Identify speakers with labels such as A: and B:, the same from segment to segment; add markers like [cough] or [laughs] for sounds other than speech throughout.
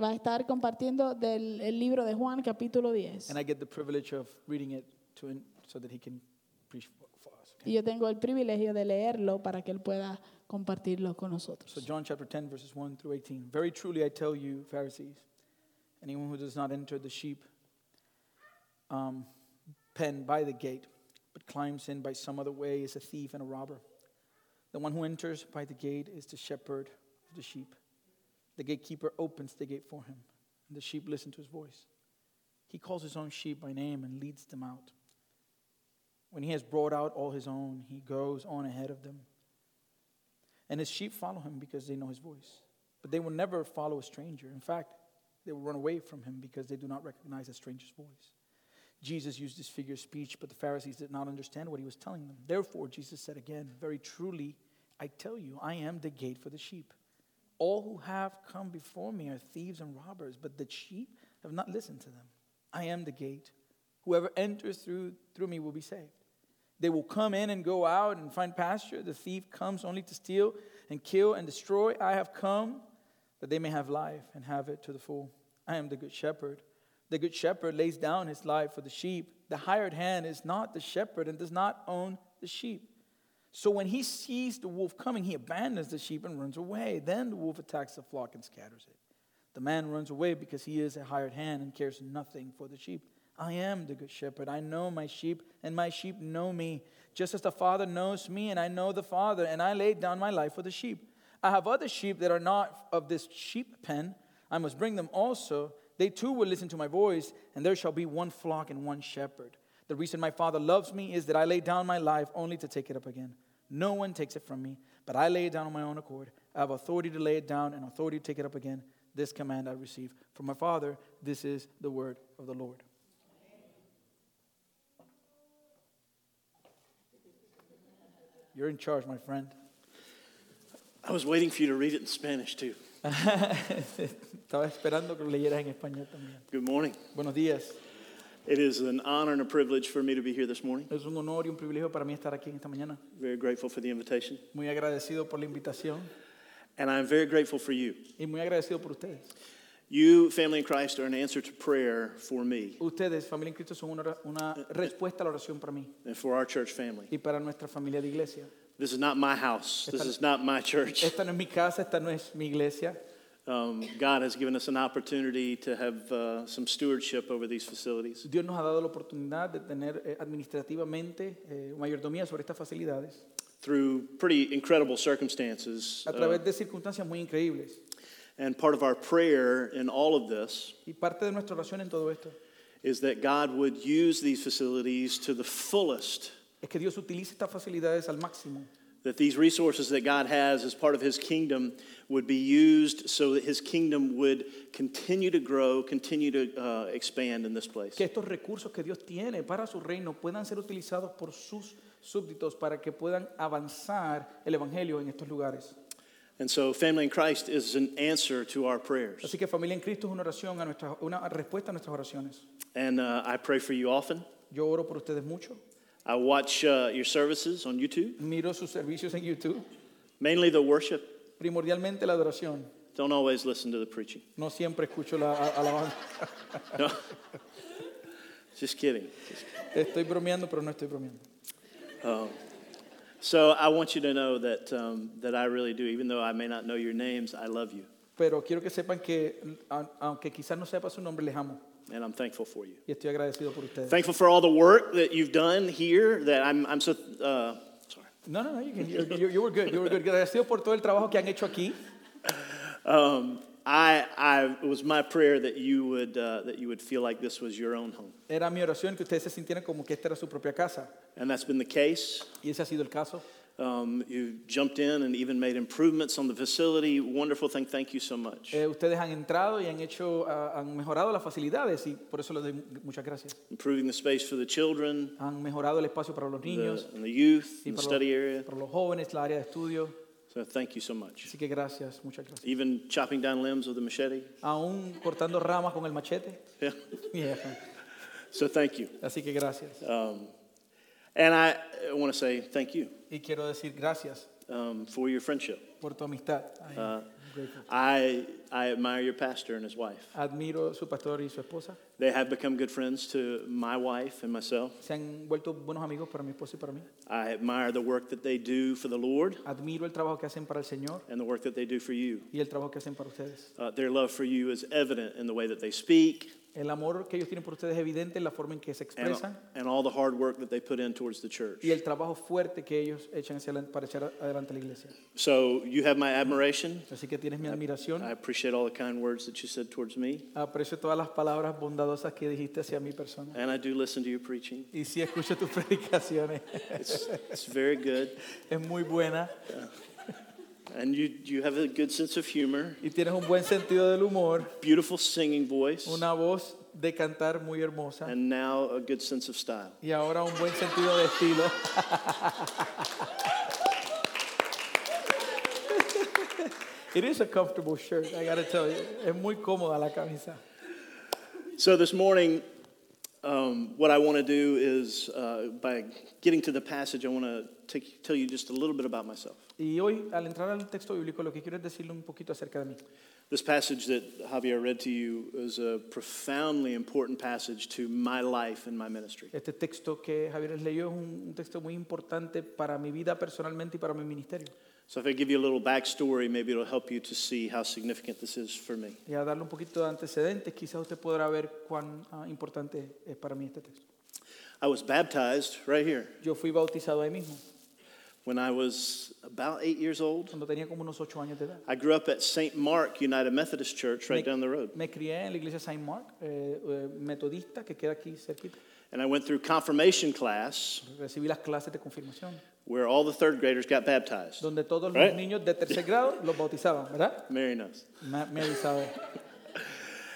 A: va a estar compartiendo del el libro de Juan, capítulo 10.
B: and I get the privilege of reading it to him so that he can preach for, for us. okay?
A: Y yo tengo el privilegio de leerlo para que él pueda compartirlo con
B: So,
A: nosotros.
B: John chapter 10, verses 1 through 18. Very truly I tell you, Pharisees, anyone who does not enter the sheep um, pen by the gate, but climbs in by some other way, is a thief and a robber. The one who enters by the gate is the shepherd of the sheep. The gatekeeper opens the gate for him, and the sheep listen to his voice. He calls his own sheep by name and leads them out. When he has brought out all his own, he goes on ahead of them. And his sheep follow him because they know his voice. But they will never follow a stranger. In fact, they will run away from him because they do not recognize a stranger's voice. Jesus used this figure of speech, but the Pharisees did not understand what he was telling them. Therefore, Jesus said again, Very truly, I tell you, I am the gate for the sheep. All who have come before me are thieves and robbers, but the sheep have not listened to them. I am the gate. Whoever enters through, through me will be saved. They will come in and go out and find pasture. The thief comes only to steal and kill and destroy. I have come that they may have life and have it to the full. I am the good shepherd. The good shepherd lays down his life for the sheep. The hired hand is not the shepherd and does not own the sheep. So when he sees the wolf coming, he abandons the sheep and runs away. Then the wolf attacks the flock and scatters it. The man runs away because he is a hired hand and cares nothing for the sheep. I am the good shepherd. I know my sheep, and my sheep know me, just as the Father knows me, and I know the Father, and I laid down my life for the sheep. I have other sheep that are not of this sheep pen. I must bring them also. They too will listen to my voice, and there shall be one flock and one shepherd. The reason my Father loves me is that I lay down my life only to take it up again. No one takes it from me, but I lay it down on my own accord. I have authority to lay it down and authority to take it up again. This command I receive from my Father. This is the word of the Lord. You're in charge, my friend. [laughs]
C: I was waiting for you to read it in Spanish too.
B: Estaba esperando que lo leyeras en español también.
C: Good morning.
B: Buenos días.
C: It is an honor and a privilege for me to be here this morning.
B: Es un honor y un privilegio para mí estar aquí en esta mañana.
C: Very grateful for the invitation,
B: Muy agradecido por la invitación
C: and I'm very grateful for you.
B: y muy agradecido por ustedes.
C: You, family in Christ, are an answer to prayer for me
B: Ustedes, familia en Cristo, son una, ora- una respuesta a la oración para mí
C: and for our church family.
B: y para nuestra familia de iglesia.
C: This is not my house. This is not my church.
B: Esta no es mi casa, esta no es mi iglesia.
C: Um, God has given us an opportunity to have uh, some stewardship over these facilities,
B: Dios nos ha dado la oportunidad de tener eh, administrativamente eh, mayordomía sobre estas facilidades
C: through pretty incredible circumstances.
B: a
C: Uh,
B: través de circunstancias muy increíbles.
C: and part of our prayer in all of this
B: Y parte de nuestra oración en todo esto
C: is that God would use these facilities to the fullest
B: es que Dios utilice estas facilidades al máximo.
C: that these resources that God has as part of his kingdom would be used so that his kingdom would continue to grow, continue to uh, expand in this place.
B: Que estos recursos que Dios tiene para su reino puedan ser utilizados por sus súbditos para que puedan avanzar el Evangelio en estos lugares.
C: And so, family in Christ is an answer to our prayers.
B: Así que familia en Cristo es una oración, a nuestra, una respuesta a nuestras oraciones.
C: And uh, I pray for you often.
B: Yo oro por ustedes mucho.
C: I watch uh, your services on YouTube,
B: Miro sus servicios en YouTube,
C: mainly the worship.
B: primordialmente la adoración.
C: Don't always listen to the preaching.
B: No siempre escucho la a- alabanza.
C: No. Just kidding. Just-
B: Estoy bromeando, pero no estoy bromeando.
C: So I want you to know that, um, that I really do. Even though I may not know your names, I love you
B: Pero quiero que sepan que, a- aunque quizás no sepa su nombre, les amo
C: and I'm thankful for you.
B: y estoy agradecido por ustedes.
C: Thankful for all the work that you've done here. That I'm, I'm so uh, sorry.
B: No, no, no, you, can- you, you- you were good, you were good. Agradecido por todo el trabajo que han hecho aquí.
C: Um, I, I it was my prayer that you would uh, that you would feel like this was your own home,
B: Era mi oración que ustedes se sintieran como que esta era su propia casa.
C: and that's been the case.
B: Y ese ha sido el caso.
C: Um, you jumped in and even made improvements on the facility. Wonderful thing. Thank you so much.
B: Eh, ustedes han entrado y han, hecho, ah, han mejorado las facilidades y por eso les doy muchas gracias.
C: Improving the space for the children,
B: Han mejorado el espacio para los niños
C: the, and the youth,
B: y
C: and the
B: para
C: study
B: los,
C: area.
B: para los jóvenes, la área de estudio.
C: So thank you so much.
B: Así que gracias, muchas gracias.
C: Even chopping down limbs with a machete. [laughs]
B: Aún cortando ramas con el machete.
C: Yeah.
B: Yeah.
C: So thank you.
B: Así que gracias.
C: Um, and I want to say thank you
B: Y quiero decir gracias
C: um, for your friendship.
B: por tu amistad.
C: Uh,
B: grateful.
C: I, I admire your pastor and his wife.
B: Admiro a su pastor y su esposa.
C: They have become good friends to my wife and myself.
B: Se han vuelto buenos amigos para mi esposa y para mí.
C: I admire the work that they do for the Lord
B: Admiro el trabajo que hacen para el Señor
C: and the work that they do for you.
B: y el trabajo que hacen para ustedes.
C: Uh, their love for you is evident in the way that they speak
B: El amor que ellos tienen por ustedes es evidente en la forma en que se
C: and,
B: expresan
C: and all the hard work that they put in towards the church.
B: y el trabajo fuerte que ellos echan hacia adelante- para echar adelante la iglesia.
C: So you have my admiration.
B: Así que tienes mi admiración.
C: I appreciate all the kind words that you said towards me.
B: Aprecio todas las palabras bondadosas que dijiste hacia mi persona.
C: And I do listen to your preaching.
B: Y sí escucho tus [laughs] predicaciones.
C: It's, it's very good.
B: Es muy buena.
C: And you, you have a good sense of humor,
B: Y tienes un buen sentido del humor.
C: beautiful singing voice,
B: Una voz de cantar muy hermosa.
C: and now a good sense of style.
B: Y ahora un buen sentido de estilo. [laughs] It is a comfortable shirt, I gotta tell you. Es muy cómoda la camisa.
C: So this morning, um, what I want to do is uh, by getting to the passage, I want to take, tell you just a little bit about myself.
B: Y hoy, al entrar al texto bíblico, lo que quiero es decirle un poquito acerca de mí.
C: This passage that Javier read to you is a profoundly important passage to my life and my ministry.
B: Este texto que Javier les leyó es un un texto muy importante para mi vida personalmente y para mi ministerio.
C: So if I give you a little backstory, maybe it'll help you to see how significant this is for me.
B: Y a darle un poquito de antecedentes, quizás usted podrá ver cuán ah, importante es para mí este texto.
C: I was baptized right here
B: Yo fui bautizado ahí mismo,
C: when I was about eight years old.
B: cuando tenía como unos ocho años de edad.
C: I grew up at St. Mark United Methodist Church
B: Nick.
C: right down the road.
B: Me crié en la iglesia Saint Mark, eh, eh, metodista, que queda aquí cerquita.
C: And I went through confirmation class
B: Recibí las clases de confirmación,
C: where all the third graders got baptized.
B: donde todos
C: Right.
B: los niños de tercer grado los bautizaban, ¿verdad?
C: Mary knows.
B: Ma- Mary sabe.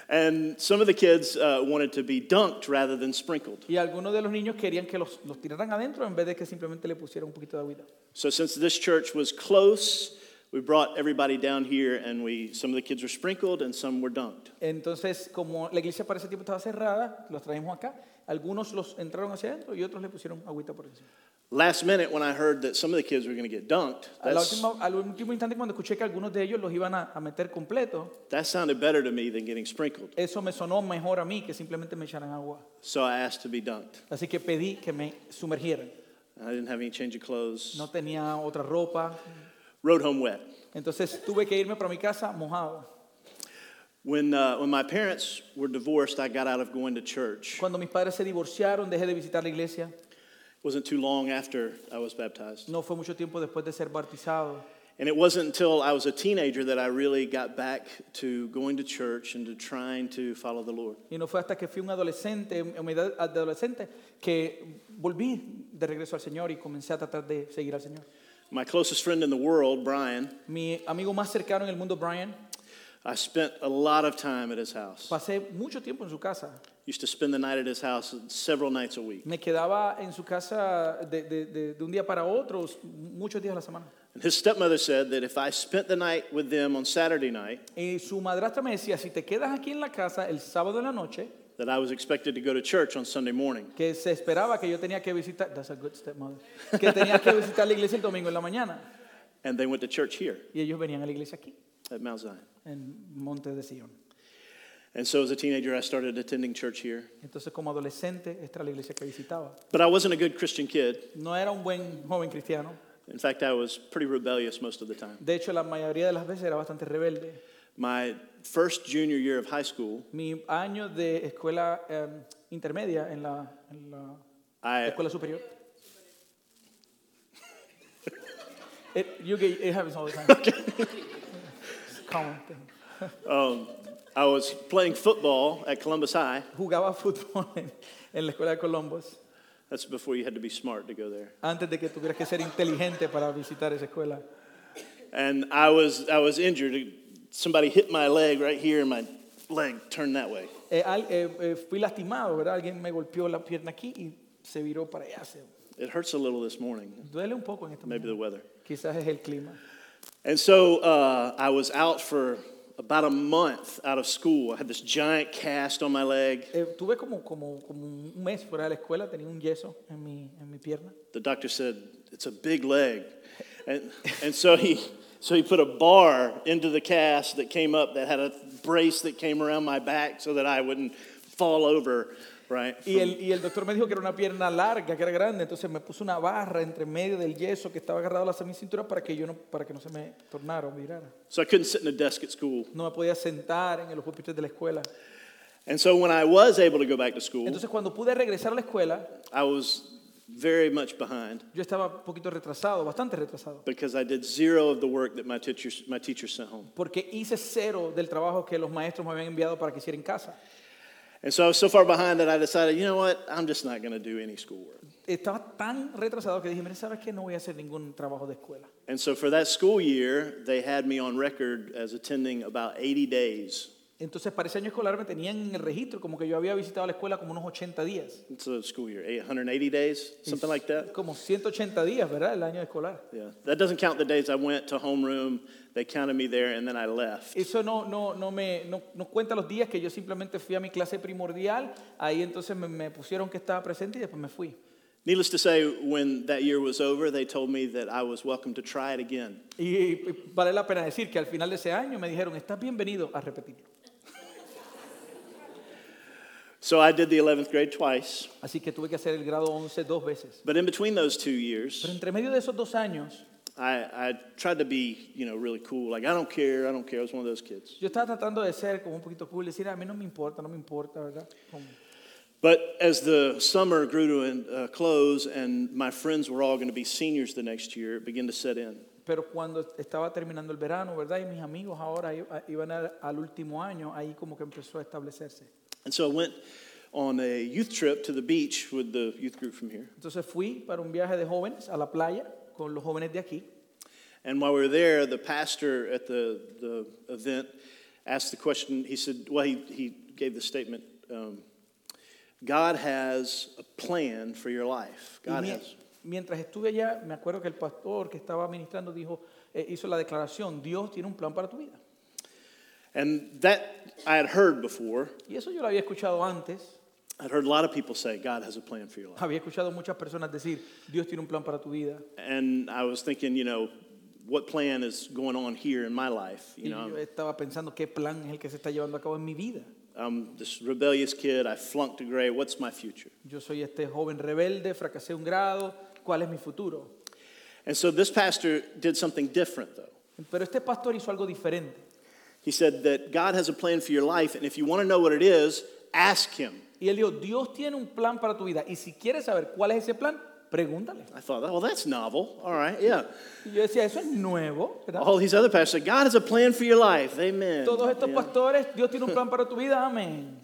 C: And some of the kids uh, wanted to be dunked rather than sprinkled.
B: Y algunos de los niños querían que los, los tiraran adentro en vez de que simplemente le pusieran un poquito de agüita.
C: So since this church was close, we brought everybody down here, and we some of the kids were sprinkled and some were dunked.
B: Entonces, como la iglesia para ese tiempo estaba cerrada, los trajimos acá. Algunos los entraron hacia adentro y otros le pusieron agüita por encima.
C: Last minute, when I heard that some of the kids were going to get dunked,
B: A la
C: that's-
B: última- al último instante, cuando escuché que algunos de ellos los iban a, a meter completo,
C: that sounded better to me than getting sprinkled.
B: eso me sonó mejor a mí que simplemente me echaran agua.
C: So I asked to be dunked.
B: Así que pedí que me sumergieran.
C: I didn't have any change of clothes.
B: No tenía otra ropa.
C: Rode home wet.
B: Entonces tuve que irme para mi casa mojado.
C: When, uh, when my parents were divorced, I got out of going to church.
B: Cuando mis padres se divorciaron, dejé de visitar la iglesia.
C: It wasn't too long after I was baptized.
B: No fue mucho tiempo después de ser bautizado.
C: And it wasn't until I was a teenager that I really got back to going to church and to trying to follow the Lord.
B: Y no fue hasta que fui un adolescente, en mi edad adolescente, que volví de regreso al Señor y comencé a tratar de seguir al Señor.
C: My closest friend in the world, Brian,
B: Mi amigo más cercano en el mundo, Brian,
C: I spent a lot of time at his house.
B: pasé mucho tiempo en su casa.
C: Used to spend the night at his house several nights a week.
B: Me quedaba en su casa de, de- de- de un día para otro, muchos días a la semana.
C: And his stepmother said that if I spent the night with them on Saturday night,
B: Y su madrastra me decía, si te quedas aquí en la casa el sábado en la noche,
C: that I was expected to go to church on Sunday morning.
B: que se esperaba que yo tenía que visitar, that's a good stepmother, que tenía que visitar la iglesia el domingo en la mañana.
C: And they went to church here
B: Y ellos venían a la iglesia aquí,
C: at Mount Zion.
B: en Monte de Sion.
C: And so as a teenager, I started attending church here.
B: Entonces, como adolescente, esta era la iglesia que visitaba.
C: But I wasn't a good Christian kid.
B: No era un buen joven cristiano.
C: In fact, I was pretty rebellious most of the time.
B: De hecho, la mayoría de las veces era bastante rebelde.
C: My first junior year of high school,
B: Mi año de escuela eh, intermedia en la, en la
C: I,
B: escuela superior. It- Eh, you get- it happens all the time. It's a common thing.
C: um, I was playing football at Columbus High.
B: Jugaba fútbol en, en la escuela de Columbus
C: That's before you had to be smart to go there.
B: antes de que tuvieras que ser inteligente para visitar esa escuela.
C: And I was, I was injured. Somebody hit my leg right here, and my leg turned that way.
B: Eh, al- eh, eh, fui lastimado, ¿verdad? Alguien me golpeó la pierna aquí y se viró para allá. se-
C: It hurts a little this morning,
B: Duele un poco en esta
C: maybe
B: mañana.
C: the weather.
B: Quizás es el clima.
C: And so uh, I was out for about a month out of school. I had this giant cast on my leg.
B: Eh, tuve como, como, como un mes fuera de la escuela, tenía un yeso en mi, en mi pierna.
C: The doctor said, It's a big leg. And, and so he So he put a bar into the cast that came up that had a brace that came around my back so that I wouldn't fall over, right?
B: Y el, y el doctor me dijo que era una pierna larga, que era grande, entonces me puso una barra entre medio del yeso que estaba agarrado a la- a mi cintura para que yo no, para que no se me tornara o virara.
C: So I couldn't sit in a desk at school.
B: No me podía sentar en los pupitres de la escuela.
C: And so when I was able to go back to school,
B: Entonces cuando pude regresar a la escuela,
C: I was very much behind
B: yo estaba un poquito retrasado, bastante retrasado,
C: because I did zero of the work that my teachers, my teachers sent home.
B: porque hice cero del trabajo que los maestros me habían enviado para que hiciera en casa.
C: And so I was so far behind that I decided, you know what, I'm just not going to do any schoolwork.
B: Estaba tan retrasado que dije, mire, ¿sabes qué? No voy a hacer ningún trabajo de escuela.
C: And so for that school year, they had me on record as attending about 80 days.
B: Entonces para ese año escolar me tenían en el registro, como que yo había visitado la escuela como unos 80 días.
C: It's a school year, 880 days, something like that.
B: Como 180 días, ¿verdad? El año escolar.
C: Yeah. That doesn't count the days I went to homeroom. They counted me there and then I left.
B: Eso no, no, no me no, no cuenta los días que yo simplemente fui a mi clase primordial, ahí entonces me, me pusieron que estaba presente y después me fui.
C: Needless to say, when that year was over, they told me that I was welcome to try it again.
B: Y, y vale la pena decir que al final de ese año me dijeron, estás bienvenido a repetirlo.
C: So I did the 11th grade twice.
B: Así que tuve que hacer el grado 11 dos veces.
C: But in between those two
B: Pero
C: years,
B: entre medio de esos dos años,
C: I, I tried to be, you know, really cool. Like, I don't care, I don't care. I was one of those kids.
B: yo estaba tratando de ser como un poquito cool, decir, a mí no me importa, no me importa, ¿verdad? Como-
C: But as the summer grew to an, uh, close and my friends were all going to be seniors the next year, it began to set in.
B: Pero cuando estaba terminando el verano, ¿verdad? Y mis amigos ahora i- iban al- al último año, ahí como que empezó a establecerse.
C: And so I went on a youth trip to the beach with the youth group from here.
B: Entonces fui para un viaje de jóvenes a la playa con los jóvenes de aquí.
C: And while we were there, the pastor at the, the event asked the question. He said, well, he, he gave the statement um, God has a plan for your life.
B: Y
C: God
B: mie-
C: has.
B: mientras estuve allá, me acuerdo que el pastor que estaba ministrando dijo, eh, hizo la declaración, Dios tiene un plan para tu vida.
C: And that I had heard before.
B: Y eso yo lo había escuchado antes,
C: I'd heard a lot of people say, God has a plan for your life.
B: había escuchado muchas personas decir, Dios tiene un plan para tu vida.
C: And I was thinking, you know, what plan is going on here in my life?
B: Y
C: You
B: yo
C: know,
B: estaba pensando, ¿qué plan es el que se está llevando a cabo en mi vida?
C: I'm this rebellious kid. I flunked a grade. What's my future?
B: Yo soy este joven rebelde, fracasé un grado, ¿cuál es mi futuro?
C: And so this pastor did something different, though.
B: Pero este pastor hizo algo diferente.
C: He said that God has a plan for your life, and if you want to know what it is, ask Him.
B: Y él dijo, Dios tiene un plan para tu vida. Y si quieres saber cuál es ese plan, pregúntale.
C: I thought, well, that's novel. All right, yeah.
B: Y yo decía, eso es nuevo. ¿verdad?
C: All these other pastors said, God has a plan for your life. Amen.
B: Todos estos
C: Yeah.
B: pastores, Dios tiene un plan para tu vida, amén.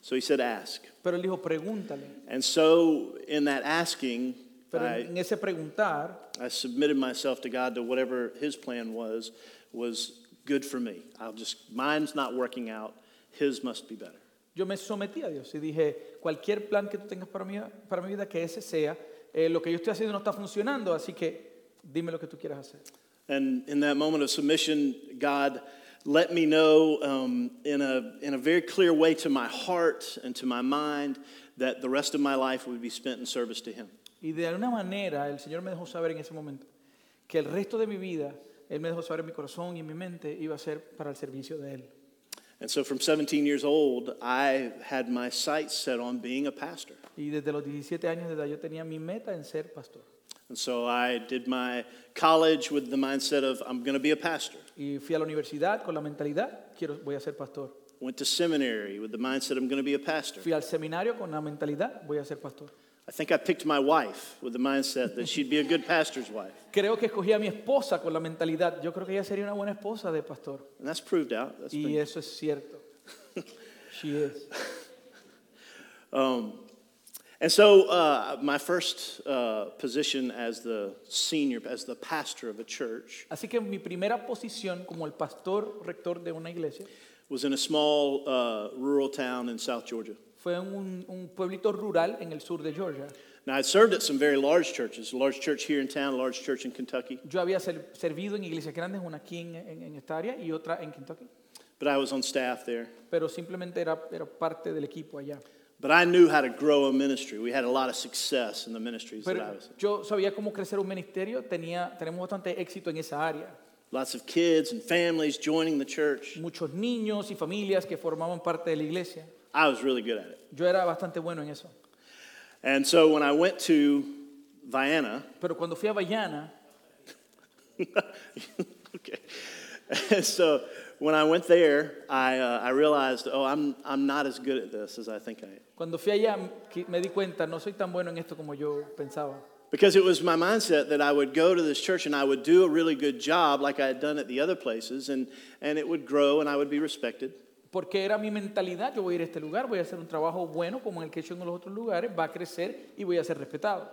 C: So he said, ask.
B: Pero él dijo, pregúntale.
C: And so in that asking,
B: Pero
C: I,
B: en ese preguntar,
C: I submitted myself to God to whatever His plan was, was good for me. I'll just, mine's not working out. His must be better.
B: yo me sometí a Dios y dije, cualquier plan que tú tengas para mi, para mi vida, que ese sea, eh, lo que yo estoy haciendo no está funcionando, así que dime lo que tú quieras hacer.
C: And in that moment of submission, God let me know um, in, a, in a very clear way to my heart and to my mind that the rest of my life would be spent in service to Him.
B: Y de alguna manera el Señor me dejó saber en ese momento que el resto de mi vida, Él me dejó saber en mi corazón y en mi mente, iba a ser para el servicio de Él.
C: And so from 17 years old, I had my sights set on being a pastor.
B: Y desde los 17 años de edad yo tenía mi meta en ser pastor.
C: And so I did my college with the mindset of, I'm going to be a pastor.
B: Y fui a la universidad con la mentalidad, quiero, voy a ser pastor.
C: Went to seminary with the mindset, I'm going to be a pastor.
B: Fui al seminario con la mentalidad, voy a ser pastor.
C: I think I picked my wife with the mindset that she'd be a good pastor's wife.
B: Creo que escogí a mi esposa con la mentalidad, yo creo que ella sería una buena esposa de pastor.
C: And that's proved out. That's been
B: Y eso es cierto. She is.
C: Um, and so, uh, my first uh, position as the senior, as the pastor of a church,
B: Así que mi primera posición como el pastor rector de una iglesia
C: was in a small uh, rural town in South Georgia.
B: fue en un, un pueblito rural en el sur de Georgia.
C: Now, I'd served at some very large churches, a large church here in town, a large church in Kentucky,
B: Yo había ser- servido en iglesias grandes, una aquí en, en- en esta área y otra en Kentucky,
C: but I was on staff there.
B: pero simplemente era, era parte del equipo allá.
C: But I knew how to grow a ministry. We had a lot of success in the ministries that I
B: Pero
C: was in.
B: yo sabía cómo crecer un ministerio, tenía, tenemos bastante éxito en esa área.
C: Lots of kids and families joining the church.
B: Muchos niños y familias que formaban parte de la iglesia.
C: I was really good at it.
B: Yo era bastante bueno en eso.
C: And so when I went to Vienna, [laughs]
B: Pero cuando fui a Bayana,
C: okay. so when I went there, I, uh, I realized, oh, I'm, I'm not as good at this as I think I am.
B: cuando fui allá que- me di cuenta, no soy tan bueno en esto como yo pensaba.
C: Because it was my mindset that I would go to this church and I would do a really good job like I had done at the other places, and, and it would grow and I would be respected.
B: Porque era mi mentalidad, yo voy a ir a este lugar, voy a hacer un trabajo bueno como el que he hecho en los otros lugares, va a crecer y voy a ser respetado.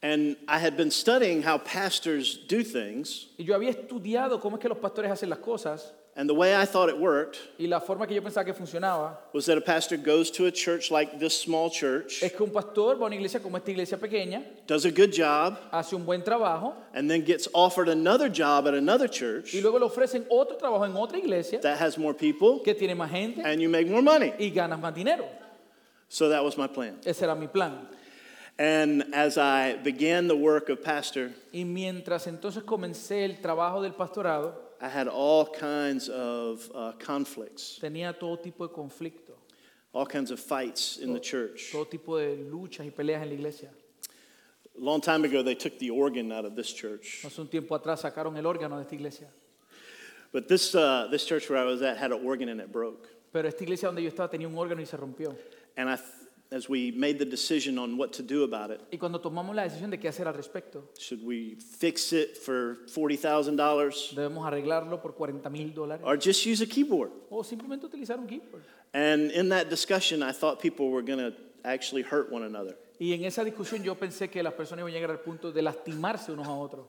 C: And I had been studying how pastors do things,
B: Y yo había estudiado cómo es que los pastores hacen las cosas
C: and the way I thought it worked
B: y la forma que yo pensaba que funcionaba
C: was that a pastor goes to a church like this small church,
B: es que un pastor va a una iglesia como esta iglesia pequeña,
C: does a good job,
B: hace un buen trabajo
C: and then gets offered another job at another church
B: y luego le ofrecen otro trabajo en otra iglesia
C: that has more people
B: que tiene más gente
C: and you make more money.
B: y ganas más dinero.
C: So that was my plan.
B: Ese era mi plan.
C: And as I began the work of pastor,
B: Y mientras entonces comencé el trabajo del pastorado,
C: I had all kinds of uh, conflicts,
B: tenía todo tipo de conflicto,
C: all kinds of fights in the church.
B: todo tipo de luchas y peleas en la iglesia.
C: A long time ago, they took the organ out of this church.
B: Hace un tiempo atrás sacaron el órgano de esta iglesia,
C: But this, uh, this church where I was at had an organ and it broke.
B: pero esta iglesia donde yo estaba tenía un órgano y se rompió.
C: And I, th- as we made the decision on what to do about it,
B: Y cuando tomamos la decisión de qué hacer al respecto,
C: should we fix it for $40,000
B: debemos arreglarlo por 40 mil dólares
C: or just use a keyboard?
B: o simplemente utilizar un keyboard.
C: And in that discussion, I thought people were going to actually hurt one another.
B: Y en esa discusión yo pensé que las personas iban a llegar al punto de lastimarse unos a otros.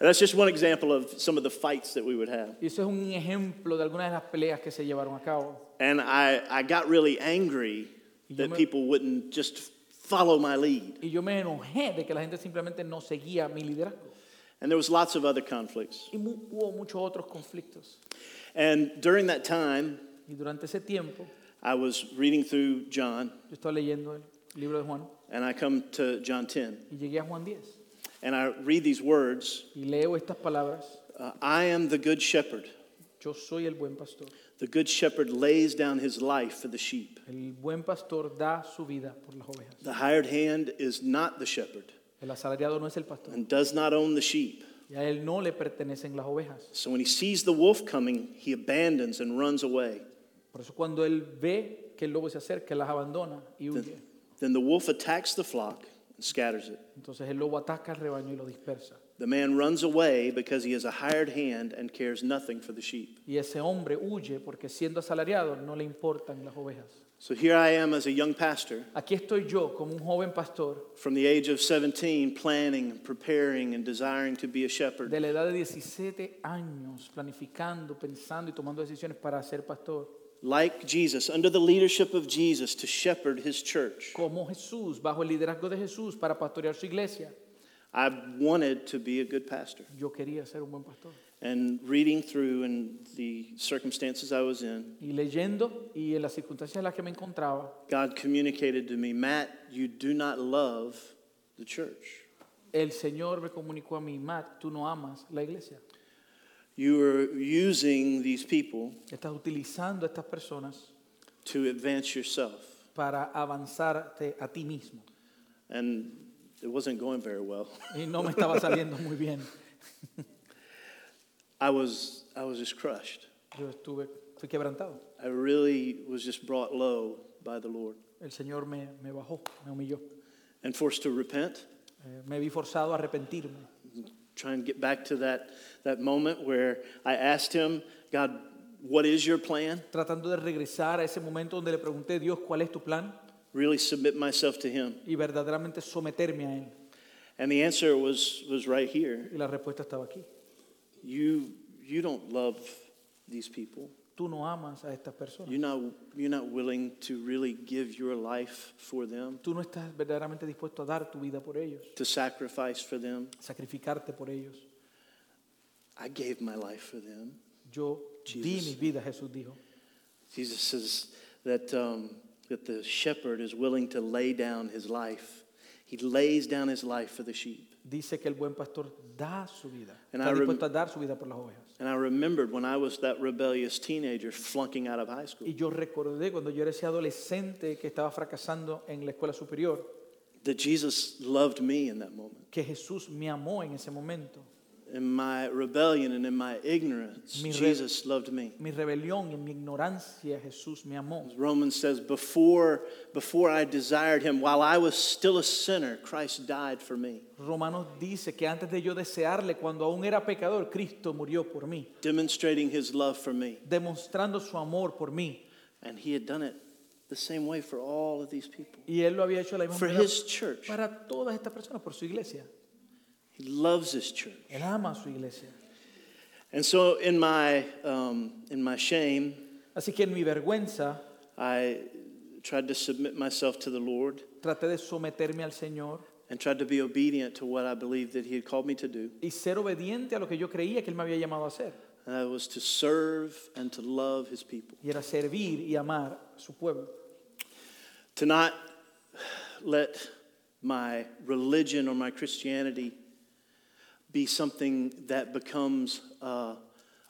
C: And that's just one example of some of the fights that we would have.
B: Y eso es un ejemplo de algunas de las peleas que se llevaron a cabo.
C: And I, I got really angry
B: Y yo
C: that
B: me-
C: people wouldn't just follow my lead.
B: Y yo me enojé de que la gente simplemente no seguía mi liderazgo.
C: And there was lots of other conflicts.
B: Y mu- hubo muchos otros conflictos.
C: And during that time,
B: Y durante ese tiempo,
C: I was reading through John,
B: yo estaba leyendo el libro de Juan
C: and I come to John 10,
B: y llegué a Juan 10
C: and I read these words
B: y leo estas palabras.
C: uh, I am the good shepherd.
B: Yo soy el buen pastor.
C: The good shepherd lays down his life for the sheep.
B: El buen pastor da su vida por las ovejas.
C: The hired hand is not the shepherd
B: El asalariado no es el pastor.
C: and does not own the sheep.
B: Y a él no le pertenecen las ovejas.
C: So when he sees the wolf coming, he abandons and runs away.
B: Por eso cuando él ve que el lobo se acerca, las abandona y huye.
C: Then the wolf attacks the flock and scatters it.
B: Entonces el lobo ataca al rebaño y lo dispersa.
C: The man runs away because he is a hired hand and cares nothing for the sheep.
B: Y ese hombre huye porque siendo asalariado no le importan las ovejas.
C: So here I am as a young pastor
B: Aquí estoy yo como un joven pastor
C: from the age of 17, planning, preparing, and desiring to be a shepherd.
B: de la edad de 17 años planificando, pensando y tomando decisiones para ser pastor.
C: Like Jesus, under the leadership of Jesus, to shepherd his church.
B: Como Jesús, bajo el liderazgo de Jesús para pastorear su iglesia.
C: I wanted to be a good pastor.
B: Yo quería ser un buen pastor.
C: And reading through and the circumstances I was in,
B: Y leyendo y en las circunstancias en las que me encontraba,
C: God communicated to me, Matt, you do not love the church.
B: el Señor me comunicó a mí, Matt, tú no amas la iglesia.
C: You are using these people
B: Estás utilizando a estas personas
C: to advance yourself.
B: para avanzarte a ti mismo.
C: And it wasn't going very well. [laughs]
B: Y no me estaba saliendo muy bien.
C: I was, I was just crushed.
B: Yo estuve, fui quebrantado.
C: I really was just brought low by the Lord
B: El Señor me, me bajó, me humilló.
C: and forced to repent,
B: Eh, me vi forzado a arrepentirme.
C: try and get back to that, that moment where I asked Him, God, what is your plan?
B: Tratando de regresar a ese momento donde le pregunté, Dios, ¿cuál es tu plan?
C: Really submit myself to Him.
B: Y verdaderamente someterme a Él.
C: And the answer was, was right here.
B: Y la respuesta estaba aquí.
C: You, you don't love these people.
B: Tú no amas a estas personas.
C: You're not, you're not willing to really give your life for them,
B: Tú no estás verdaderamente dispuesto a dar tu vida por ellos,
C: to sacrifice for them.
B: sacrificarte por ellos.
C: I gave my life for them.
B: Yo di
C: Jesus.
B: mi vida, Jesús dijo.
C: Jesus says that, um, that the shepherd is willing to lay down his life. He lays down his life for the sheep.
B: Dice que el buen pastor da su vida.
C: And
B: está
C: I rem-
B: dispuesto a dar su vida por las ovejas.
C: And I remembered when I was that rebellious teenager flunking out of high school
B: Y yo recordé cuando yo era ese adolescente que estaba fracasando en la escuela superior,
C: that Jesus loved me in that moment.
B: que Jesús me amó en ese momento.
C: In my rebellion and in my ignorance,
B: Mi re-
C: Jesus loved me.
B: Mi rebelión, en mi ignorancia, Jesús me amó.
C: Romans says, before, before I desired him, while I was still a sinner, Christ died for me,
B: Romanos dice que antes de yo desearle, cuando aún era pecador, Cristo murió por mí,
C: demonstrating his love for me.
B: demostrando su amor por mí.
C: And he had done it the same way for all of these people,
B: Y Él lo había hecho de la misma
C: for
B: manera
C: his church.
B: para todas estas personas, por su iglesia.
C: He loves his church.
B: Él ama a su iglesia.
C: And so, in my, um, in my shame,
B: Así que en mi vergüenza,
C: I tried to submit myself to the Lord
B: traté de someterme al Señor
C: and tried to be obedient to what I believed that he had called me to do.
B: y ser obediente a lo que yo creía que Él me había llamado a hacer.
C: And that was to serve and to love his people,
B: Y era servir y amar a su pueblo.
C: to not let my religion or my Christianity be something that becomes uh,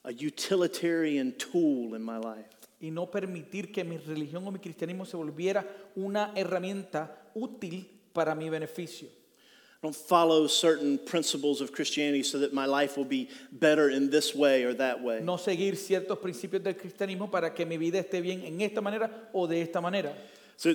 C: a utilitarian tool in my life.
B: Y no permitir que mi religión o mi cristianismo se volviera una herramienta útil para mi beneficio.
C: I don't follow certain principles of Christianity so that my life will be better in this way or that way.
B: No seguir ciertos principios del cristianismo para que mi vida esté bien en esta manera o de esta manera.
C: So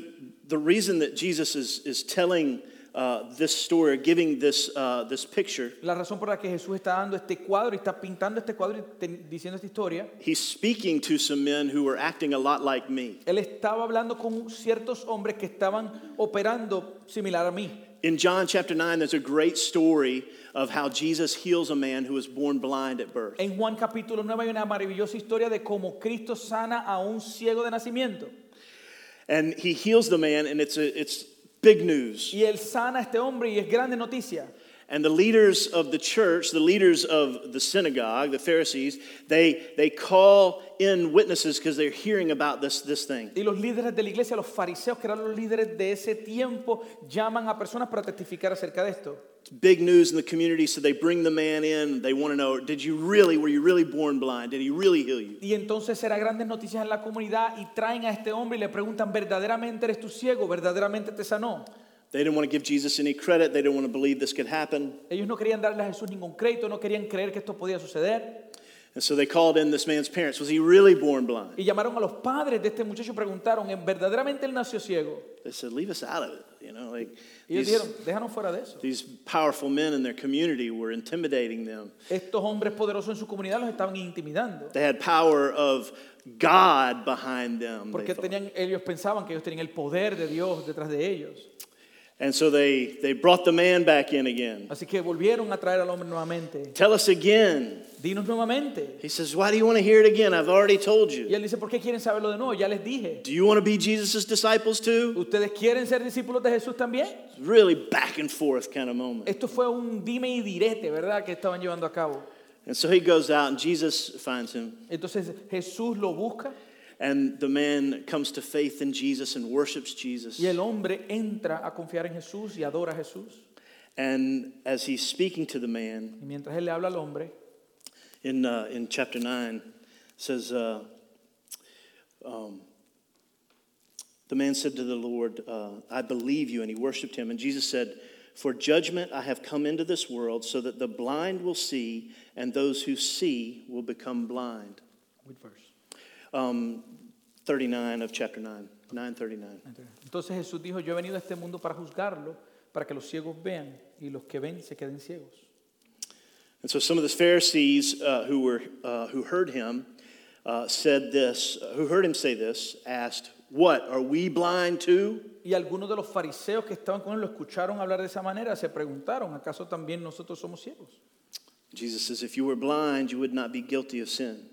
C: the reason that Jesus is, is telling uh, this story, giving this, uh, this picture,
B: La razón por la que Jesús está dando este cuadro y está pintando este cuadro y ten- diciendo esta historia,
C: he's speaking to some men who were acting a lot like me.
B: él estaba hablando con ciertos hombres que estaban operando similar a mí.
C: In John chapter 9, there's a great story of how Jesus heals a man who was born blind at birth.
B: En Juan capítulo 9 hay una maravillosa historia de cómo Cristo sana a un ciego de nacimiento.
C: And he heals the man, and it's, a, it's big news.
B: Y él sana a este hombre y es grande noticia.
C: And the leaders of the church, the leaders of the synagogue, the Pharisees, they, they call in witnesses because they're hearing about this, this thing.
B: Y los líderes de la iglesia, los fariseos, que eran los líderes de ese tiempo, llaman a personas para testificar acerca de esto.
C: It's big news in the community, so they bring the man in. They want to know, did you really, were you really born blind? Did he really heal you?
B: Y entonces será grandes noticias en la comunidad y traen a este hombre y le preguntan, ¿verdaderamente eres tú ciego? ¿Verdaderamente te sanó?
C: They didn't want to give Jesus any credit. They didn't want to believe this could happen.
B: Ellos no querían darle a Jesús ningún crédito, no querían creer que esto podía suceder.
C: And so they called in this man's parents. Was he really born blind?
B: Y llamaron a los padres de este muchacho y preguntaron, "¿En- ¿verdaderamente él nació ciego?
C: They said, leave us out of it. You know, like
B: Y ellos
C: these,
B: dijeron, déjanos fuera de eso.
C: these powerful men in their community were intimidating them.
B: Estos hombres poderosos en su comunidad los estaban intimidando.
C: They had power of God behind them. they
B: Porque
C: thought.
B: tenían, ellos pensaban que ellos tenían el poder de Dios detrás de ellos.
C: And so they, they brought the man back in again.
B: Así que volvieron a traer al hombre nuevamente.
C: Tell us again.
B: Dinos nuevamente.
C: He says, Why do you want to hear it again? I've already told
B: Y
C: you.
B: él dice, ¿por qué quieren saberlo de nuevo? Ya les dije.
C: Do you want to be Jesus' disciples too?
B: ¿Ustedes quieren ser discípulos de Jesús también?
C: Really back and forth kind of moment.
B: Esto fue un dime y direte, ¿verdad? Que estaban llevando a cabo.
C: And so he goes out and Jesus finds him.
B: Entonces Jesús lo busca
C: And the man comes to faith in Jesus and worships Jesus.
B: y el hombre entra a confiar en Jesús y adora a Jesús.
C: And as he's speaking to the man
B: Y mientras él le habla al hombre,
C: in, uh, in chapter 9, it says, uh, um, The man said to the Lord, uh, I believe you. And he worshiped him. And Jesus said, For judgment I have come into this world so that the blind will see, and those who see will become blind. Um, 39 of chapter 9, 939.
B: entonces Jesús dijo, yo he venido a este mundo para juzgarlo, para que los ciegos vean y los que ven se queden ciegos.
C: And so some of the Pharisees uh, who, were, uh, who heard him uh, said this, who heard him say this, asked, What, are we blind too?
B: Y algunos de los fariseos que estaban con él lo escucharon hablar de esa manera, se preguntaron, ¿acaso también nosotros somos ciegos?
C: Jesus says, If you were blind, you would not be guilty of sin.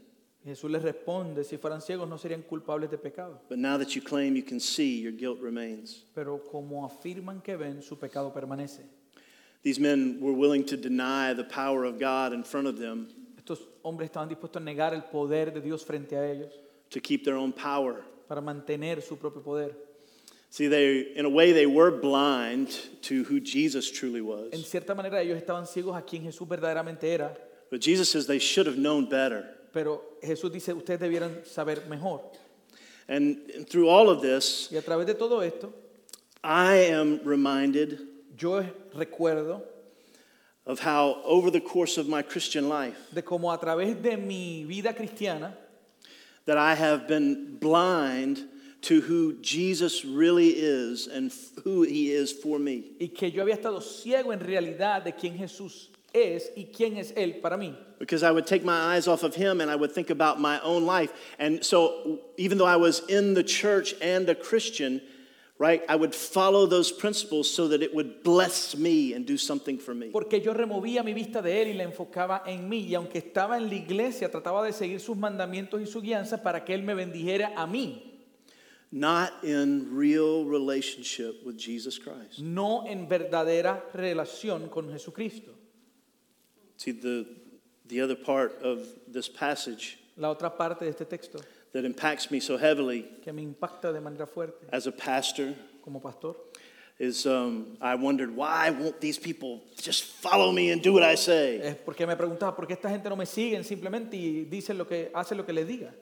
B: Y Jesús les responde, si fueran ciegos no serían culpables de pecado,
C: But now that you claim you can see, your guilt remains.
B: pero como afirman que ven, su pecado permanece.
C: These men were willing to deny the power of God in front of them
B: Estos hombres estaban dispuestos a negar el poder de Dios frente a ellos
C: to keep their own power.
B: para mantener su propio poder.
C: See, they, in a way, they were blind to who Jesus truly
B: En
C: was,
B: cierta manera ellos estaban ciegos a quien Jesús verdaderamente era,
C: But Jesus says they should have known better.
B: Pero Jesús dice, ustedes debieran saber mejor.
C: And through all of this,
B: Y a través de todo esto,
C: I am reminded
B: yo recuerdo
C: of how, over the course of my Christian life,
B: de cómo a través de mi vida cristiana,
C: that I have been blind to who Jesus really is and f- who he is for me.
B: y que yo había estado ciego en realidad de quién Jesús es y quién es Él para mí.
C: Because I would take my eyes off of him and I would think about my own life. And so, even though I was in the church and a Christian, right, I would follow those principles so that it would bless me and do something for me.
B: Porque yo removía mi vista de Él y la enfocaba en mí. Y aunque estaba en la iglesia, trataba de seguir sus mandamientos y su guianza para que Él me bendijera a mí,
C: Not in real relationship with Jesus Christ.
B: no en verdadera relación con Jesucristo.
C: See, the, the other part of this passage
B: La otra parte de este texto
C: that impacts me so heavily
B: que me impacta de manera fuerte
C: as a pastor
B: como pastor
C: is um, I wondered why won't these people just follow me and do what I say?
B: es porque me preguntaba por qué esta gente no me siguen simplemente y dicen lo que hace lo que les diga.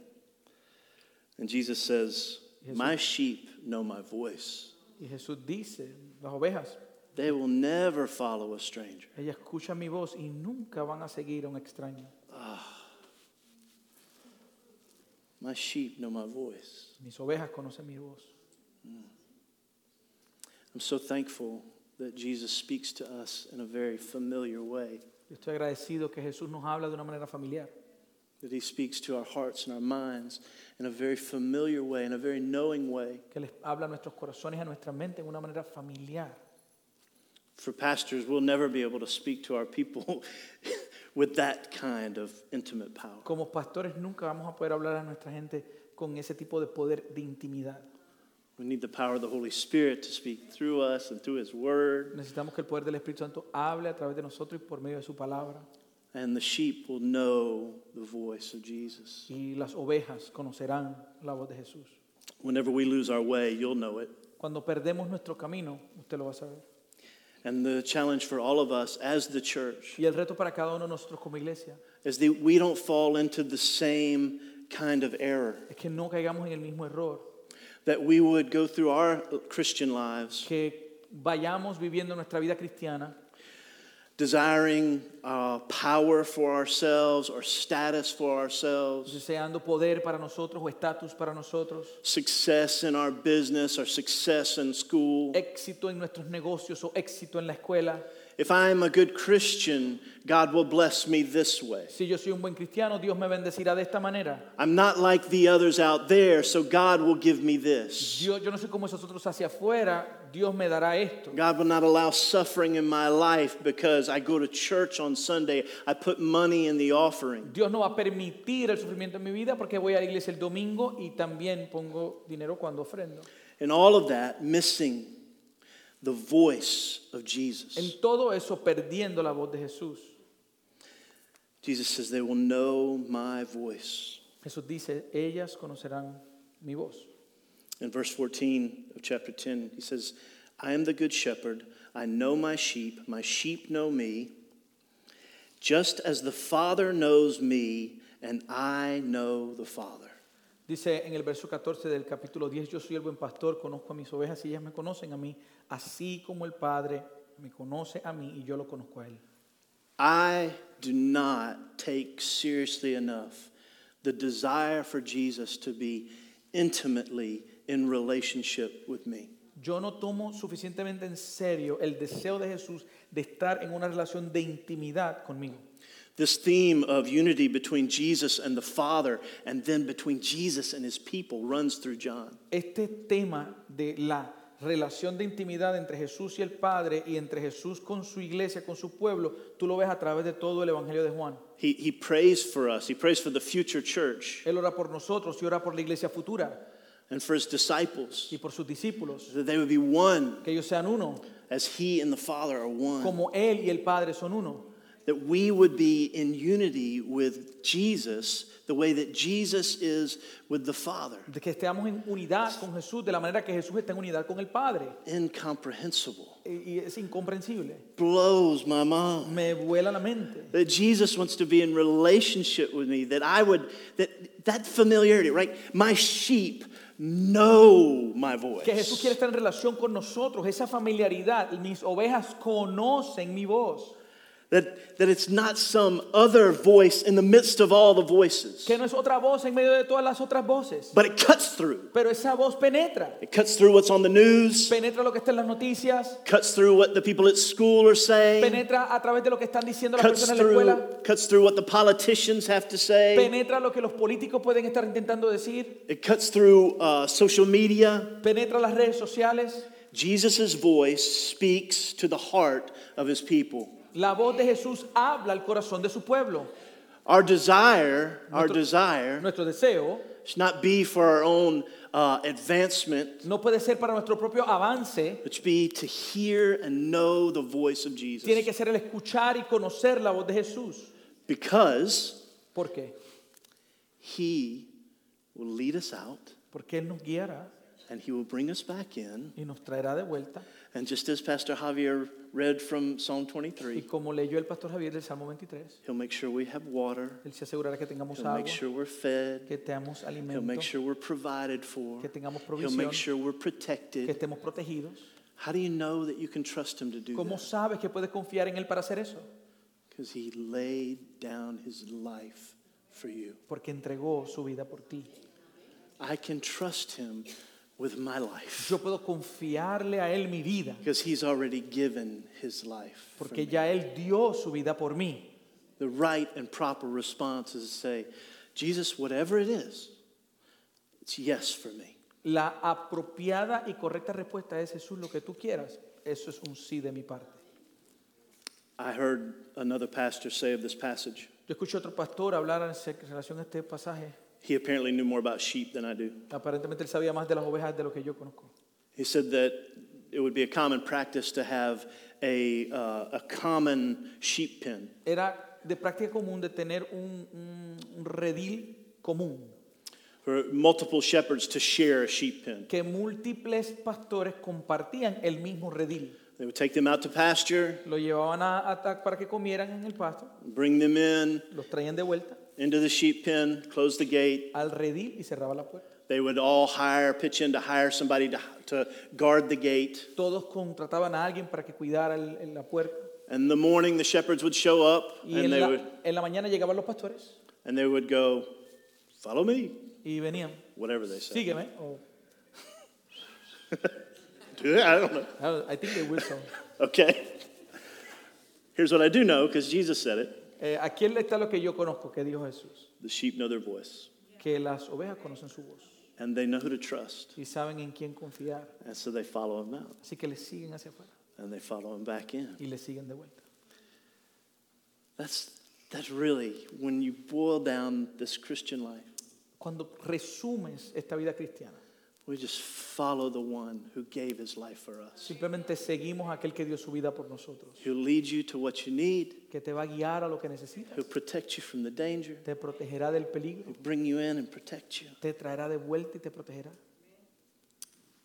C: And Jesus says, My sheep know my voice.
B: Y Jesús dice, las ovejas,
C: They will never follow a stranger.
B: ellas escuchan mi voz y nunca van a seguir a un extraño.
C: My sheep know my voice.
B: Mis ovejas conocen mi voz.
C: I'm so thankful that Jesus speaks to us in a very familiar way,
B: Yo estoy agradecido que Jesús nos habla de una manera familiar,
C: that he speaks to our hearts and our minds in a very familiar way, in a very knowing way.
B: que les habla a nuestros corazones, a nuestra mente en una manera familiar.
C: For pastors, we'll never be able to speak to our people [laughs] with that kind of intimate power.
B: Como pastores nunca vamos a poder hablar a nuestra gente con ese tipo de poder de intimidad.
C: We need the power of the Holy Spirit to speak through us and through His Word,
B: Necesitamos que el poder del Espíritu Santo hable a través de nosotros y por medio de su palabra.
C: and the sheep will know the voice of Jesus.
B: Y las ovejas conocerán la voz de Jesús.
C: Whenever we lose our way, you'll know it.
B: Cuando perdemos nuestro camino, usted lo va a saber.
C: And the challenge for all of us as the church
B: Y el reto para cada uno de nosotros como iglesia
C: is that we don't fall into the same kind of error,
B: es que no caigamos en el mismo error,
C: that we would go through our Christian lives
B: que vayamos viviendo nuestra vida cristiana
C: desiring uh, power for ourselves or status for ourselves,
B: deseando poder para nosotros o estatus para nosotros,
C: success in our business or success in school.
B: éxito en nuestros negocios o éxito en la escuela.
C: If I am a good Christian, God will bless me this way.
B: Si yo soy un buen cristiano, Dios me bendecirá de esta manera.
C: I'm not like the others out there, so God will give me this.
B: Dios, yo no soy como esos otros hacia afuera, Dios me dará esto.
C: God will not allow suffering in my life because I go to church on Sunday, I put money in the offering.
B: Dios no va a permitir el sufrimiento en mi vida porque voy a la iglesia el domingo y también pongo dinero cuando ofrendo.
C: And all of that missing the voice of Jesus.
B: En todo eso perdiendo la voz de Jesús.
C: Jesus says, They will know my voice.
B: Jesús dice, ellas conocerán mi voz.
C: In verse 14 of chapter 10, he says, I am the good shepherd. I know my sheep. My sheep know me. Just as the Father knows me, and I know the Father.
B: Dice en el verso 14 del capítulo 10, yo soy el buen pastor, conozco a mis ovejas y ellas me conocen a mí, así como el Padre me conoce a mí y yo lo conozco a Él.
C: I do not take seriously enough the desire for Jesus to be intimately in relationship with me.
B: Yo no tomo suficientemente en serio el deseo de Jesús de estar en una relación de intimidad conmigo.
C: This theme of unity between Jesus and the Father, and then between Jesus and his people, runs through John.
B: Este tema de la relación de intimidad entre Jesús y el Padre y entre Jesús con su iglesia, con su pueblo, tú lo ves a través de todo el Evangelio de Juan.
C: He, he prays for us. He prays for the future church
B: Él ora por nosotros y ora por la iglesia futura
C: and for his disciples
B: y por sus discípulos,
C: that they would be one
B: que ellos sean uno,
C: as he and the Father are one.
B: como Él y el Padre son uno.
C: that we would be in unity with Jesus the way that Jesus is with the Father.
B: de que estemos en unidad con Jesús de la manera que Jesús está en unidad con el Padre.
C: Incomprehensible.
B: Y y es incomprensible.
C: Blows my mind.
B: Me vuela la mente.
C: that Jesus wants to be in relationship with me, that I would, that, that familiarity, right? My sheep know my voice.
B: Que Jesús quiere estar en relación con nosotros, esa familiaridad. Mis ovejas conocen mi voz.
C: That, that it's not some other voice in the midst of all the voices,
B: Que no es otra voz en medio de todas las otras voces.
C: but it cuts through.
B: Pero esa voz penetra.
C: It cuts through what's on the news,
B: Penetra lo que está en las noticias.
C: cuts through what the people at school are saying,
B: Penetra a través de lo que están diciendo las
C: cuts
B: personas en la escuela.
C: through, cuts through what the politicians have to say,
B: Penetra lo que los políticos pueden estar intentando decir.
C: it cuts through uh, social media.
B: Penetra las redes sociales.
C: Jesus' voice speaks to the heart of his people.
B: La voz de Jesús habla al corazón de su pueblo.
C: Our desire, our
B: Nuestro-
C: desire,
B: Nuestro deseo
C: should not be for our own uh, advancement,
B: no puede ser para nuestro propio avance.
C: but should be to hear and know the voice of
B: Tiene
C: Jesus.
B: que ser el escuchar y conocer la voz de Jesús.
C: Because
B: ¿Por qué?
C: He will lead us out
B: Porque Él nos guiará
C: and He will bring us back in.
B: y nos traerá de vuelta.
C: And just as Pastor Javier read from Psalm
B: Y [laughs]
C: 23,
B: como leyó el pastor Javier del Salmo 23,
C: He'll make sure we have water,
B: Él se asegurará que tengamos
C: He'll
B: agua,
C: make sure we're fed,
B: que tengamos
C: He'll
B: alimento,
C: make sure we're provided for,
B: que tengamos
C: He'll make
B: provisión,
C: sure we're
B: que
C: protected.
B: estemos protegidos.
C: How do you know that you can trust Him to do
B: ¿Cómo
C: that?
B: sabes que puedes confiar en Él para hacer eso?
C: Because he laid down his life for you.
B: Porque entregó su vida por ti.
C: I can trust him with my life
B: Yo puedo confiarle a Él mi vida,
C: because he's already given his life. for
B: porque
C: me.
B: ya Él dio su vida por mí.
C: The right and proper response is to say, Jesus, whatever it is, it's yes for me.
B: La apropiada y correcta respuesta es Jesús, lo que tú quieras. Eso es un sí de mi parte.
C: I heard another pastor say of this passage,
B: Yo escuché a otro pastor hablar en se- en relación a este pasaje.
C: he apparently knew more about sheep than I do.
B: Aparentemente él sabía más de las ovejas de lo que yo conozco.
C: He said that it would be a common practice to have a, uh, a common sheep pen.
B: Era de práctica común de tener un, un- un redil común,
C: for multiple shepherds to share a sheep pen.
B: que múltiples pastores compartían el mismo redil.
C: They would take them out to pasture,
B: Lo llevaban a, a- a- para que comieran en el pasto,
C: bring them in
B: los traían de vuelta
C: into the sheep pen, close the gate.
B: al redil y cerraba la puerta.
C: They would all hire, pitch in to hire somebody to, to guard the gate.
B: Todos contrataban a alguien para que cuidara el- el- la puerta.
C: And in the morning, the shepherds would show up
B: Y
C: and
B: en
C: they
B: la,
C: would,
B: en la mañana llegaban los pastores
C: and they would go, Follow me,
B: y venían,
C: whatever they say.
B: sígueme. Oh, o-
C: [laughs] I don't know.
B: I think they will so.
C: Okay. Here's what I do know because Jesus said it
B: [laughs] Eh, aquí está lo que yo conozco que dijo Jesús,
C: the sheep know their voice,
B: que las ovejas conocen su voz
C: and they know who to trust.
B: y saben en quién confiar,
C: And so they follow him out
B: así que le siguen hacia afuera
C: and they follow him back in.
B: y le siguen de vuelta.
C: That's, that's really, when you boil down this Christian life,
B: Cuando resumes esta vida cristiana,
C: we just follow the one who gave his life for us,
B: simplemente seguimos a aquel que dio su vida por nosotros,
C: who leads you to what you need,
B: que te va a guiar a lo que necesitas,
C: who protects you from the danger,
B: te protegerá del peligro,
C: who bring you in and protect you.
B: te traerá de vuelta y te protegerá.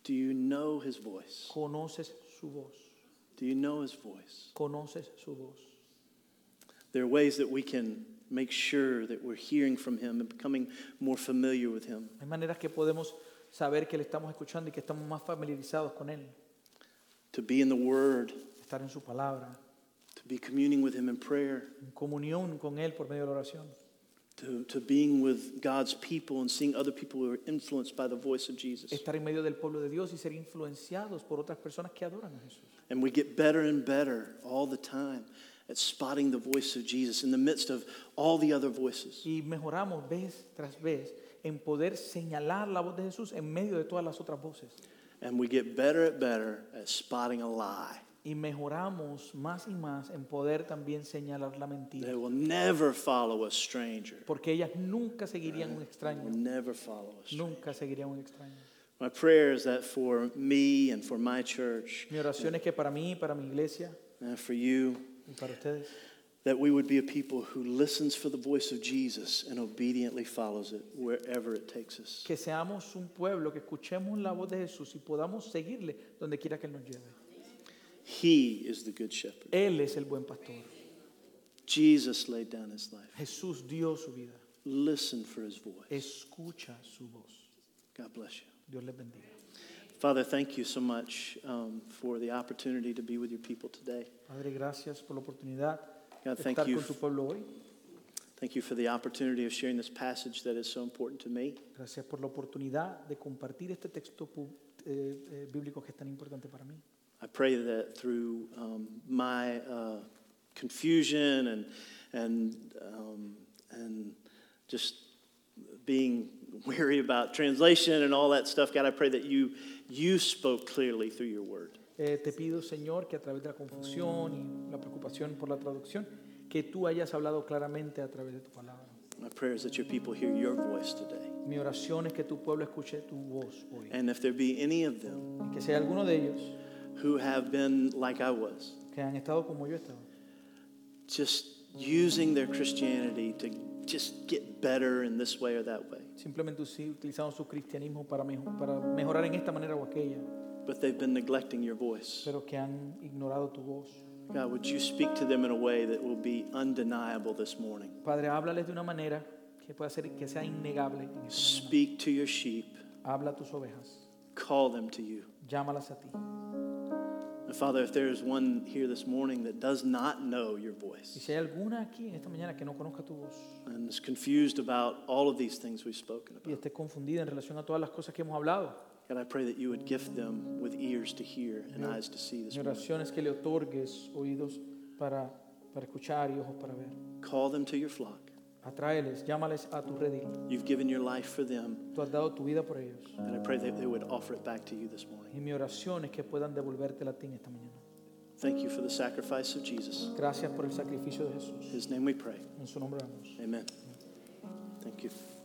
C: Do you know his voice?
B: Conoces su voz,
C: Do you know his voice?
B: conoces su voz.
C: There are ways that we can make sure that we're hearing from him and becoming more familiar with him.
B: Hay maneras que podemos saber que le estamos escuchando y que estamos más familiarizados con él,
C: To be in the word,
B: estar en su palabra,
C: to be communing with him in prayer,
B: en comunión con Él por medio de la oración,
C: to, to being with God's people and seeing other people who are influenced by the voice of Jesus.
B: estar en medio del pueblo de Dios y ser influenciados por otras personas que adoran a Jesús.
C: And we get better and better all the time at spotting the voice of Jesus in the midst of all the other voices.
B: Y mejoramos vez tras vez en poder señalar la voz de Jesús en medio de todas las otras voces.
C: And we get better and better at spotting a lie
B: Y mejoramos más y más en poder también señalar la mentira.
C: that will never follow a stranger.
B: Porque ellas nunca seguirían un
C: Will
B: extraño.
C: never follow us.
B: Nunca seguirían un extraño.
C: My prayer is that for me and for my church
B: Mi oración es que para mí, para mi iglesia
C: and for you,
B: y para ustedes,
C: that we would be a people who listens for the voice of Jesus and obediently follows it wherever it takes us.
B: Que seamos un pueblo, que escuchemos la voz de Jesús y podamos seguirle donde quiera que Él nos lleve.
C: He is the good shepherd.
B: Él es el buen pastor.
C: Jesus laid down his life.
B: Jesús dio su vida.
C: Listen for his voice.
B: Escucha su voz.
C: God bless you.
B: Dios les bendiga.
C: Father, thank you so much um, for the opportunity to be with your people today.
B: Padre, gracias por la oportunidad
C: God,
B: de
C: thank
B: estar
C: you.
B: con tu pueblo hoy.
C: Thank you for the opportunity of sharing this passage that is so important to me.
B: Gracias por la oportunidad de compartir este texto pu- eh, eh, bíblico que es tan importante para mí.
C: I pray that through um, my uh, confusion and and um, and just being weary about translation and all that stuff, God, I pray that you you spoke clearly through your word.
B: Eh, te pido, Señor, que a través de la confusión y la preocupación por la traducción, que tú hayas hablado claramente a través de tu palabra.
C: My prayer is that your people hear your voice today,
B: Mi oración es que tu pueblo escuche tu voz hoy.
C: and if there be any of them
B: Y que sea alguno de ellos
C: who have been like I was,
B: que han estado como yo he estado,
C: just using their Christianity to just get better in this way or that way,
B: simplemente usi- utilizando su cristianismo para, mejo- para mejorar en esta manera o aquella,
C: but they've been neglecting your voice.
B: pero que han ignorado tu voz.
C: God, would you speak to them in a way that will be undeniable this morning?
B: Padre, háblales de una manera que pueda ser que sea innegable. en esta mañana.
C: Speak to your sheep,
B: Habla a tus ovejas,
C: call them to you.
B: llámalas a ti.
C: And Father, if there is one here this morning that does not know your
B: Y
C: voice
B: si hay alguna aquí en esta mañana que no conozca tu voz
C: and is confused about all of these things we've spoken
B: y
C: about,
B: esté confundida en relación a todas las cosas que hemos hablado,
C: God, I pray that you would gift them with ears to hear and eyes to see this
B: mi
C: morning.
B: oración es que le otorgues oídos para, para escuchar y ojos para ver.
C: Call them to your flock.
B: Atráeles, llámales a tu redil.
C: You've given your life for them,
B: Tú has dado tu vida por ellos.
C: and I pray that they would offer it back to you this
B: Y
C: morning.
B: mi oración es que puedan devolvértela a ti en esta mañana.
C: Thank you for the sacrifice of Jesus.
B: Gracias por el sacrificio de Jesús.
C: In his name we pray.
B: En su nombre oramos.
C: Amen. Thank you.